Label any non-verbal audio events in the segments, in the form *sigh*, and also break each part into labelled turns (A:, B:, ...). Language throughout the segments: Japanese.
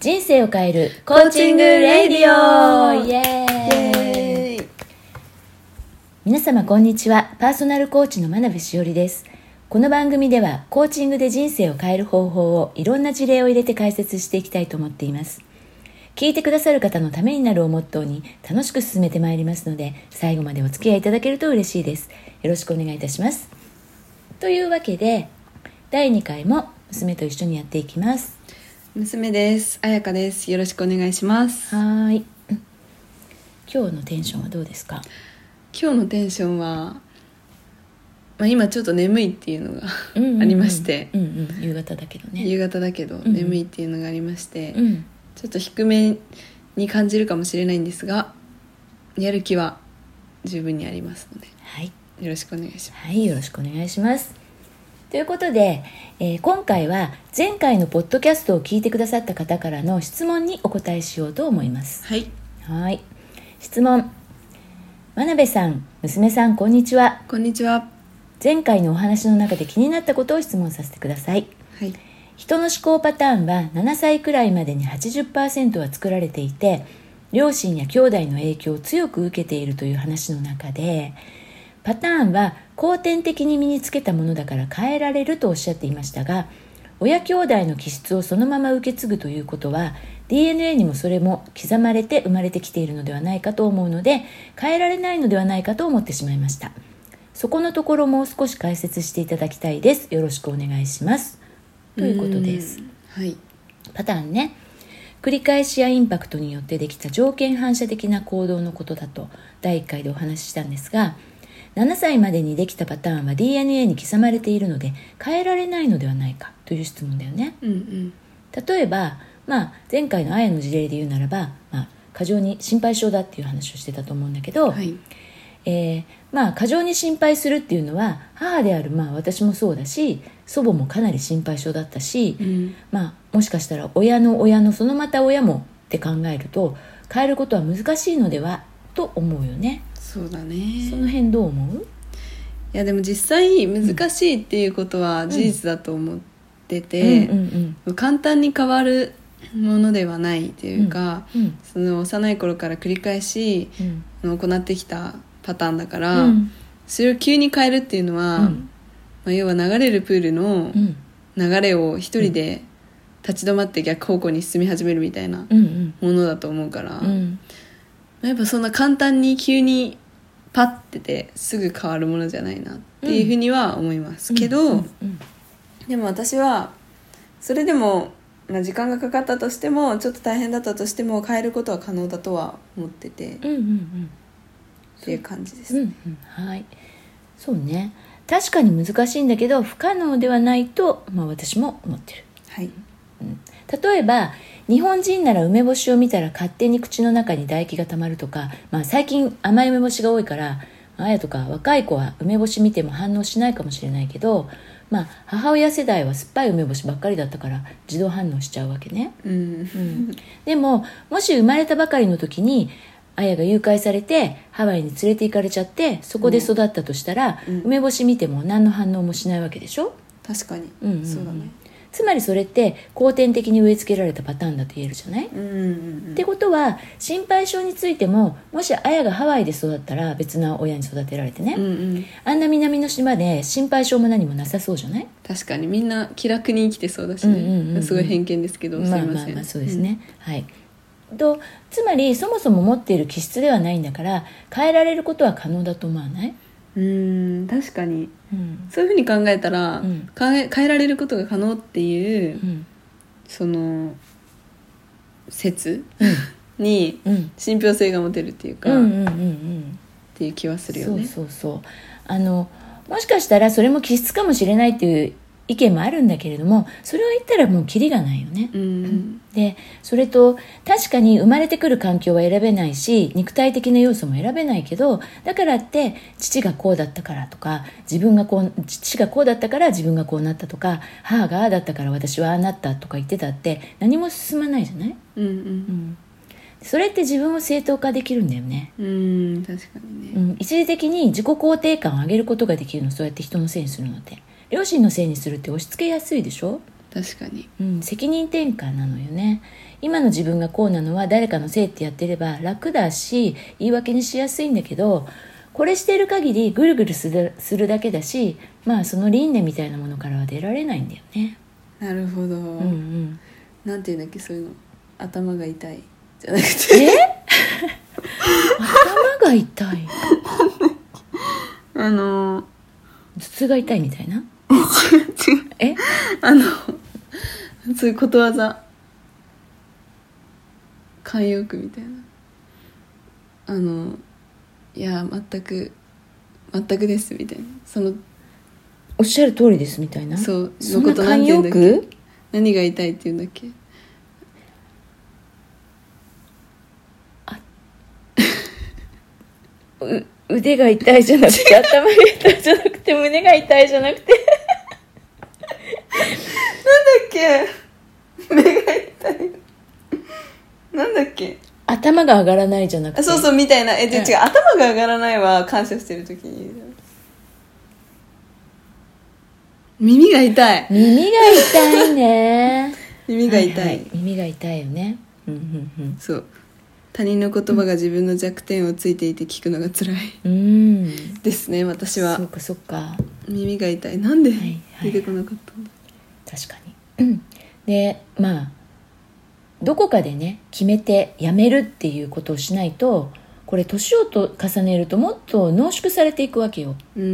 A: 人生を変えるコーチングレディオイエーイ
B: イエーイ
A: 皆様こんにちはパーソナルコーチの真鍋しおりですこの番組ではコーチングで人生を変える方法をいろんな事例を入れて解説していきたいと思っています聞いてくださる方のためになるをモットーに楽しく進めてまいりますので最後までお付き合いいただけると嬉しいですよろしくお願いいたしますというわけで第2回も娘と一緒にやっていきます
B: 娘です彩香ですよろしくお願いします
A: はーいうん今日のテンションはどうですか
B: 今日のテンションは、まあ、今ちょっと眠いっていうのが *laughs*
A: うんうんうん
B: ありまして
A: うんうん、夕方だけどね
B: 夕方だけど
A: うん
B: 眠いっていうのがありまして、
A: うん
B: ちょっと低めに感じるかもしれないんですがやる気は十分にありますので
A: はい
B: よろしくお願いしま
A: はい、よろしくお願いします。ということで、えー今回は前回のポッドキャストを聞いてくださった方からの質問にお答えしようと思います。
B: すはい
A: はい。質問。真鍋さん、娘さん、こんにちは。
B: こんにちは
A: 前回のお話の中で気になったことを質問させてください。
B: はい
A: 人の思考パターンは7歳くらいまでに80%は作られていて両親や兄弟の影響を強く受けているという話の中でパターンは後天的に身につけたものだから変えられるとおっしゃっていましたが親兄弟の気質をそのまま受け継ぐということは DNA にもそれも刻まれて生まれてきているのではないかと思うので変えられないのではないかと思ってしまいましたそこのところもう少し解説していただきたいですよろしくお願いしますということです
B: うんはい
A: パターンね繰り返しやインパクトによってできた条件反射的な行動のことだと第1回でお話ししたんですが7歳までにできたパターンは DNA に刻まれているので変えられないのではないかという質問だよね
B: うんうん
A: 例えば、まあ、前回のあやの事例で言うならば、まあ、過剰に心配性だっていう話をしてたと思うんだけど、
B: はい
A: えーまあ、過剰に心配するっていうのは母である、まあ、私もそうだし祖母もかなり心配性だったし、
B: うん
A: まあ、もしかしたら親の親のそのまた親もって考えると変えることは難しいのではと思うよね、
B: そうだね
A: その辺どう思う
B: いやでも実際難しいっていうことは事実だと思ってて、
A: うんうん
B: 簡単に変わるものではないというか、
A: うんうん
B: その幼い頃から繰り返し
A: うん
B: あの行ってきたパターンだから、
A: うん
B: それを急に変えるっていうのは、
A: うん
B: まあ、要は流れるプールの
A: うん
B: 流れを一人で立ち止まって逆方向に進み始めるみたいな
A: うんうん
B: ものだと思うから、
A: う
B: ま
A: ん
B: あやっぱそんな簡単に急にパッててすぐ変わるものじゃないなっていうふうには思いますけど、
A: うんうん
B: でも私はそれでも、まあ、時間がかかったとしてもちょっと大変だったとしても変えることは可能だとは思ってて、っ
A: うんうんうん
B: ていう感じで
A: う
B: す、
A: んうんはいそうね確かに難しいんだけど不可能ではないと、まあ、私も思ってる
B: はい
A: 例えば日本人なら梅干しを見たら勝手に口の中に唾液がたまるとか、まあ、最近甘い梅干しが多いからあやとか若い子は梅干し見ても反応しないかもしれないけど、まあ、母親世代は酸っぱい梅干しばっかりだったから自動反応しちゃうわけね、
B: うん
A: うん、でももし生まれたばかりの時にあやが誘拐されてハワイに連れて行かれちゃってそこで育ったとしたら、
B: うん
A: 梅干し見ても何の反応もしないわけでしょ、
B: 確かに、
A: うんうんうん
B: そうだね
A: つまりそれって後天的に植え付けられたパターンだと言えるじゃない、
B: うんうんうん
A: ってことは心配性についてももしあやがハワイで育ったら別な親に育てられてね、
B: うんうん
A: あんな南の島で心配性も何もなさそうじゃない
B: 確かにみんな気楽に生きてそうだしね、
A: うんうんうんうん
B: すごい偏見ですけど、
A: まあ
B: すいま
A: まあ
B: せん
A: まあそうです、ね、はいとつまりそもそも持っている気質ではないんだから変えられることは可能だと思わない、
B: うん、うん確かに
A: うん
B: そういうふうに考えたら、
A: うん
B: 変え変えられることが可能っていう、
A: うん
B: その説に
A: うん
B: 信憑性が持てるっていう
A: う
B: か、
A: んうん
B: っ
A: うんうん
B: ていう気はするよね
A: そうそうそうあのもしかしたらそれも気質かもしれないっていう意見もあるんだけれどもそれを言ったらもうキリがないよね、
B: うん
A: でそれと確かに生まれてくる環境は選べないし肉体的な要素も選べないけどだからって父がこうだったからとか自分がこう父がこうだったから自分がこうなったとか母がああだったから私はああなったとか言ってたって何も進まないじゃない、
B: うん
A: うん、それって自分を正当化できるんだよね、
B: うんうん確かに
A: う
B: ね、
A: ん、一時的に自己肯定感を上げることができるのそうやって人のせいにするのって両親のせいにするって押し付けやすいでしょ
B: 確かに
A: うん、責任転換なのよね今の自分がこうなのは誰かのせいってやってれば楽だし言い訳にしやすいんだけどこれしてる限りぐるぐるするするだけだしまあその輪廻みたいなものからは出られないんだよね
B: なるほど、
A: うんうん
B: なんていうんだっけそういうの頭が痛いじゃなくて *laughs*
A: え頭が痛い
B: あのー
A: 頭痛が痛いみたいなえ
B: あのそういうことわざ慣用句みたいなあのいや全く全くですみたいなその
A: おっしゃる通りですみたいな
B: そう
A: そん
B: の
A: な
B: こと
A: 慣
B: なんて言う
A: 用
B: んだっけ
A: 句
B: 何が痛いっていうんだっけ
A: う腕が痛いじゃなくて頭が痛いじゃなくて胸が痛いじゃなくて
B: だっけ目が痛いなんだっけ
A: 頭が上がらないじゃなくて
B: あそうそうみたいなえで
A: うん
B: 違う頭が上がらないは感謝してる時に言う耳が痛い
A: 耳が痛いね
B: 耳が痛い、
A: はは *laughs* 耳が痛いよねうんうん
B: そう他人の言葉が自分の弱点をついていて聞くのが辛い
A: うんうん
B: ですね私
A: そ
B: は
A: うかそうか
B: 耳が痛いなんで
A: はいはい
B: 出てこなかったんだ、
A: 確かにうんでまあどこかでね決めてやめるっていうことをしないとこれ年をと重ねるともっと濃縮されていくわけよ
B: うーん
A: う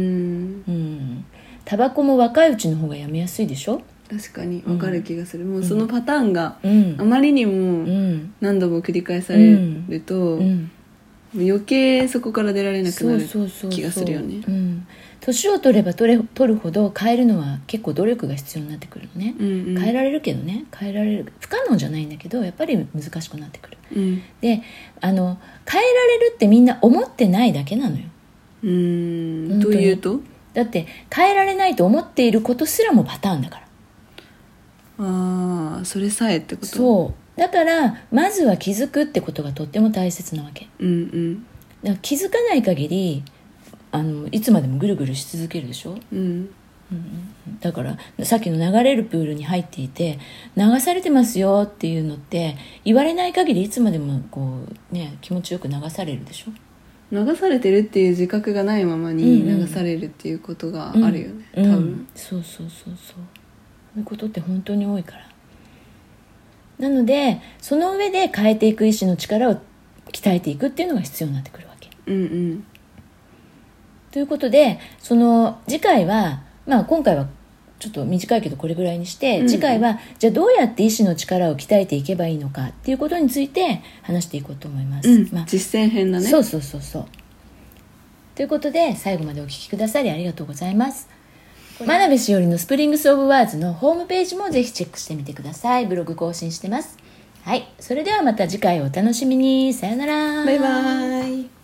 A: んタバコも若いうちの方がやめやすいでしょ
B: 確かに分かる気がする、もうそのパターンが
A: うん
B: あまりに
A: う
B: も
A: ん
B: 何度も繰り返されると、
A: うん
B: 余計そこから出られなく
A: そ
B: な
A: う
B: る
A: そうそうそう
B: 気がするよね
A: うん年を取れば取れ取るほど変えるのは結構努力が必要になってくるのね、
B: うんうん
A: 変えられるけどね変えられる不可能じゃないんだけどやっぱり難しくなってくる
B: うん
A: であの変えられるってみんな思ってないだけなのよ
B: うー
A: 本
B: ん
A: 当
B: と
A: に
B: いうと
A: だって変えられないと思っていることすらもパターンだから
B: ああそれさえってこと
A: そうだからまずは気づくってことがとっても大切なわけ
B: ううん
A: だから気づかない限りあのいつまでもぐるぐるし続けるでしょ
B: うんうん
A: だからさっきの流れるプールに入っていて流されてますよっていうのって言われない限りいつまでもこうね気持ちよく流されるでしょ
B: 流されてるっていう自覚がないままに
A: うんうん
B: 流されるっていうことがあるよね、
A: うん
B: 多分、
A: うんそうそうそうそうそういうことって本当に多いからなのでその上で変えていく意志の力を鍛えていくっていうのが必要になってくるわけ
B: うんうん
A: ということでその次回は、まあ、今回はちょっと短いけどこれぐらいにして、
B: うんうん
A: 次回はじゃあどうやって意志の力を鍛えていけばいいのかっていうことについて話していこうと思います、
B: うん
A: まあ
B: 実践編だね
A: そうそうそうそうということで最後までお聞きくださりありがとうございます真鍋しおりのスプリングス・オブ・ワーズのホームページもぜひチェックしてみてくださいブログ更新してますはいそれではまた次回お楽しみにさよなら
B: バイバイ